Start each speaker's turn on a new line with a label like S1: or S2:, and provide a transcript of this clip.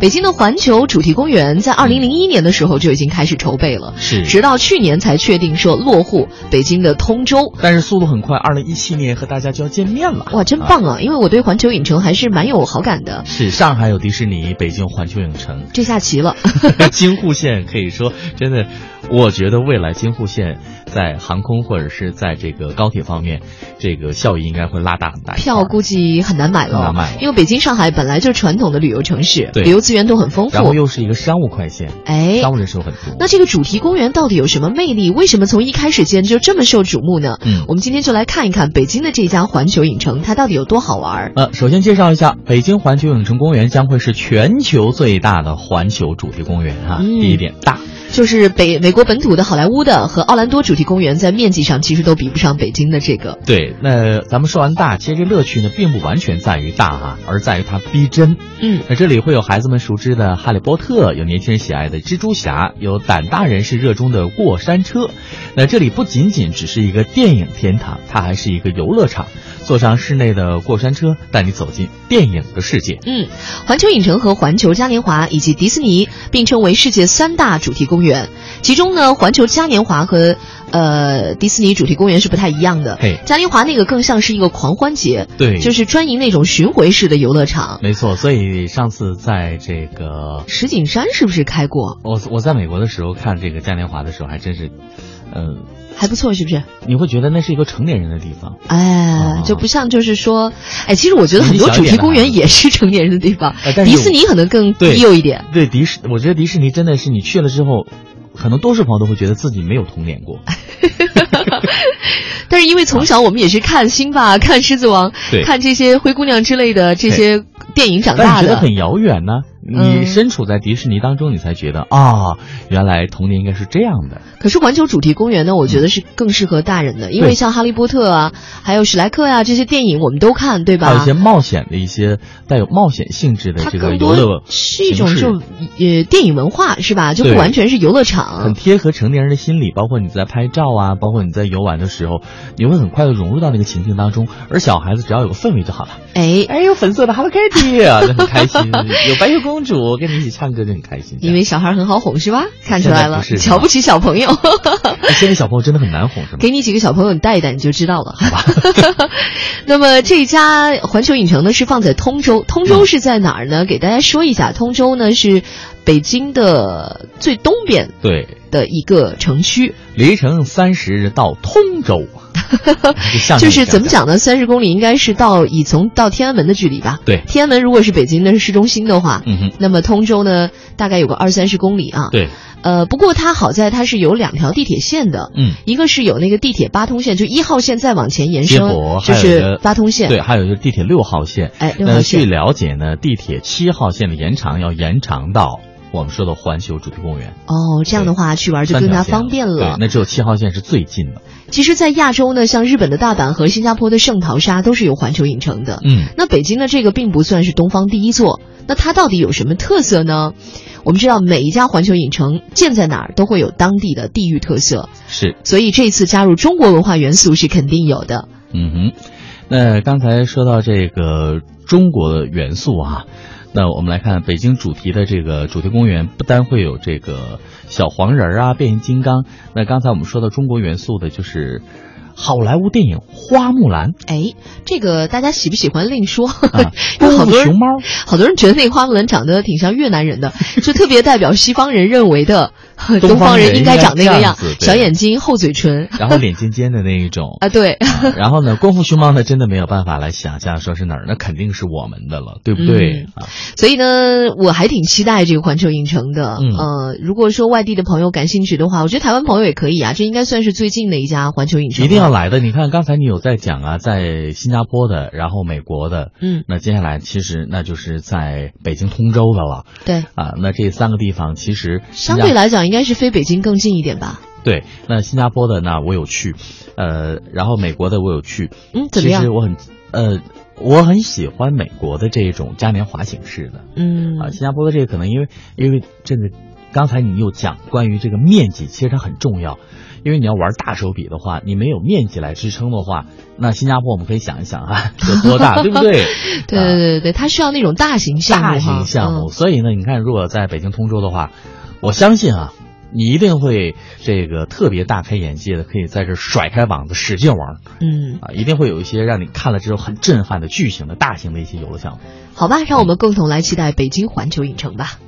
S1: 北京的环球主题公园在二零零一年的时候就已经开始筹备了，
S2: 是
S1: 直到去年才确定说落户北京的通州。
S2: 但是速度很快，二零一七年和大家就要见面了。
S1: 哇，真棒啊！因为我对环球影城还是蛮有好感的，
S2: 是上海有迪士尼，北京有环球影
S1: ，
S2: 城
S1: 这下齐了。
S2: 京沪线可以说真的，我觉得未来京沪线在航空或者是在这个高铁方面，这个效益应该会拉大很大一块儿。
S1: 票估哎计很难买了，
S2: 很难买了
S1: 因为北京、上海本来就是传统的旅游城市，
S2: 对
S1: 旅游资源都很丰
S2: 然后
S1: 富。
S2: 又是一个商务快线，
S1: 哎，
S2: 商务人士又很多。
S1: 那这个主题公园到底有什么魅力？为什么从一开始间就这么受瞩目呢？
S2: 嗯
S1: 我们今天就来看一看北京的这家环球影城，它到底有多好玩儿。
S2: 呃，首先介绍一下，北京环球影城公园将会是全球最大的环球主题公园哈、
S1: 嗯
S2: 第一点，大，
S1: 就是北美国本土的好莱坞的和奥兰多主题公园，在面积上其实都比不上北京的这个。
S2: 对，那咱们说完大，其实这乐趣呢，并不完全在于大哈、而在于它逼真。
S1: 嗯，
S2: 那这里会有孩子们熟知的《哈利波特》，有年轻人喜爱的蜘蛛侠，有胆大人士热衷的过山车。那这里不仅仅只是一个电影天堂，它还是一个游乐场。坐上室内的过山车，带你走进电影的世界。
S1: 嗯，环球影城和环球嘉年华以及迪士尼并称为世界三大主题公园，其中呢，环球嘉年华和呃迪士尼主题公园是不太一样的。
S2: 嘿，
S1: 嘉年华那个更像是一个狂欢节，
S2: 对，
S1: 就是专营那种巡回式的游乐场。
S2: 没错。所以上次在这个
S1: 石景山是不是开过？
S2: 我我在美国的时候看这个嘉年华的时候，还真是，呃，
S1: 还不错，是不是？
S2: 你会觉得那是一个成年人的地方。
S1: 哎
S2: 哦，
S1: 就不像就是说，哎，其实我觉得很多
S2: 年纪
S1: 主
S2: 小一点
S1: 题
S2: 的
S1: 公园也是成年人的地方，
S2: 呃但是
S1: 迪
S2: 我
S1: 士尼可能更
S2: 对
S1: 幼一点。
S2: 对迪士，我觉得迪士尼真的是你去了之后，很多多数朋友都会觉得自己没有童年过。
S1: 哎但是因为从
S2: 啊
S1: 小我们也是看辛巴、看狮子王、
S2: 对
S1: 看这些灰姑娘之类的这些电影长
S2: 但
S1: 大
S2: 你觉得
S1: 的，
S2: 很遥远呢、
S1: 嗯
S2: 你身处在迪士尼当中，你才觉得啊、原来童年应该是这样的。
S1: 可是环球主题公园呢，我觉得是更适合大人的，因为像《哈利波特》啊，还有《史莱克》呀这些电影我们都看，对
S2: 啊还有一
S1: 吧
S2: 些？冒险的一些带有冒险性质的
S1: 它
S2: 这个
S1: 更
S2: 游乐
S1: 多是一种
S2: 形
S1: 这
S2: 式
S1: 种呃电影文化是吧？就不
S2: 对
S1: 完全是游乐
S2: 很
S1: 场。
S2: 贴合成年人的心理，包括你在拍照啊，包括你在游玩的时候，你会很快的融入到那个情境当中。而小孩子只要有个氛围就好了。
S1: 哎，
S2: 哎，有粉色的 Hello Kitty，啊那很开心；有白雪公主跟你一起唱歌就很开心。
S1: 因为小孩很好哄是吧？看出
S2: 现在
S1: 来了，
S2: 不是
S1: 瞧不起小朋友。
S2: 现在小朋友真的很难哄，是吗？
S1: 给你几个小朋友你带一带，你就知道了，好吧？ 那么这家环球影城呢是放在通州，通州是在哪儿呢？给大家说一下，通州呢是北京的最东边
S2: 对，
S1: 的一个城区，
S2: 离城三十到通州， 啊这象征
S1: 就是
S2: 一下
S1: 怎么？讲呢？三十公里应该是到以从到天安门的距离吧？
S2: 对，
S1: 天安门如果是北京的市中心的话，
S2: 嗯哼，
S1: 那么通州呢大概有个二三十公里啊。
S2: 对，
S1: 呃，不过它好在它是有两条地铁线的，
S2: 嗯。
S1: 一个是有那个地铁八通线，就一号线再往前延
S2: 接
S1: 伸
S2: 驳，
S1: 就
S2: 还有一
S1: 是
S2: 个
S1: 八通线。
S2: 对，，还有就是地铁六号线。
S1: 哎，六号
S2: 那据
S1: 线。
S2: 了解呢，地铁七号线的延长要延长到我们说的环球主题公园，
S1: 哦，这样的话去玩就
S2: 三
S1: 更
S2: 条
S1: 加
S2: 线
S1: 方便
S2: 对
S1: 了，。
S2: 那只有七号线是最近的。
S1: 其实，在亚洲呢，像日本的大阪和新加坡的圣淘沙都是有环球影城的。
S2: 嗯，
S1: 那北京的这个并不算是东方第一座，那它到底有什么特色呢？我们知道每一家环球影城建在哪儿都会有当地的地域特色，
S2: 是，
S1: 所以这次加入中国文化元素是肯定有的。
S2: 嗯哼。那刚才说到这个中国的元素啊，那我们来看北京主题的这个主题公园，不单会有这个小黄人儿啊、变形金刚，那刚才我们说到中国元素的就是好莱坞电影《花木兰》
S1: 哎，这个大家喜不喜欢另说，，
S2: 啊
S1: 因为好
S2: 功夫
S1: 多人
S2: 熊猫。
S1: 好多人觉得那花木兰长得挺像越南人的， 就特别代表西方人认为的呵
S2: 东
S1: 东方
S2: 方人
S1: 应该长那个
S2: 应该这样
S1: 样
S2: 子，对
S1: 小眼睛、厚嘴 唇
S2: 然后脸尖尖的那一种，
S1: 啊，对，
S2: 啊然后呢，功夫熊猫呢，真的没有办法来想象说是哪儿，那肯定是我们的了，对不对、啊？
S1: 所以呢，我还挺期待这个环球影城的。
S2: 嗯
S1: 呃，如果说外地的朋友感兴趣的话，我觉得台湾朋友也可以啊，这应该算是最近的一家环球影城。
S2: 一定要，来的。你看刚才你有在讲啊，在新加坡的，然后美国的，
S1: 嗯，
S2: 那接下来其实那就是在北京通州的了
S1: 对，
S2: 啊。那这三个地方其实新
S1: 相
S2: 加
S1: 对来讲应该是飞北京更近一点吧。
S2: 对，那新加坡的那我有去，呃，然后美国的我有去，
S1: 嗯，怎么
S2: 其实
S1: 样？
S2: 我很呃。我很喜欢美国的这种嘉年华形式的啊
S1: 嗯，
S2: 啊，新加坡的这个可能因为因为这个刚才你又讲关于这个面积，其实它很重要，因为你要玩大手笔的话，你没有面积来支撑的话，那新加坡我们可以想一想啊，有多 大，对不对？
S1: 对对对对，它需要那种大型项目哈，
S2: 大型项目。所以呢，你看，如果在北京通州的话，我相信啊，你一定会这个特别大开眼界的，可以在这甩开网子使劲玩
S1: 嗯，嗯，
S2: 啊，一定会有一些让你看了之后很震撼的巨型的大型的一些游乐项目。
S1: 好吧，让我们共同来期待北京环球影城吧。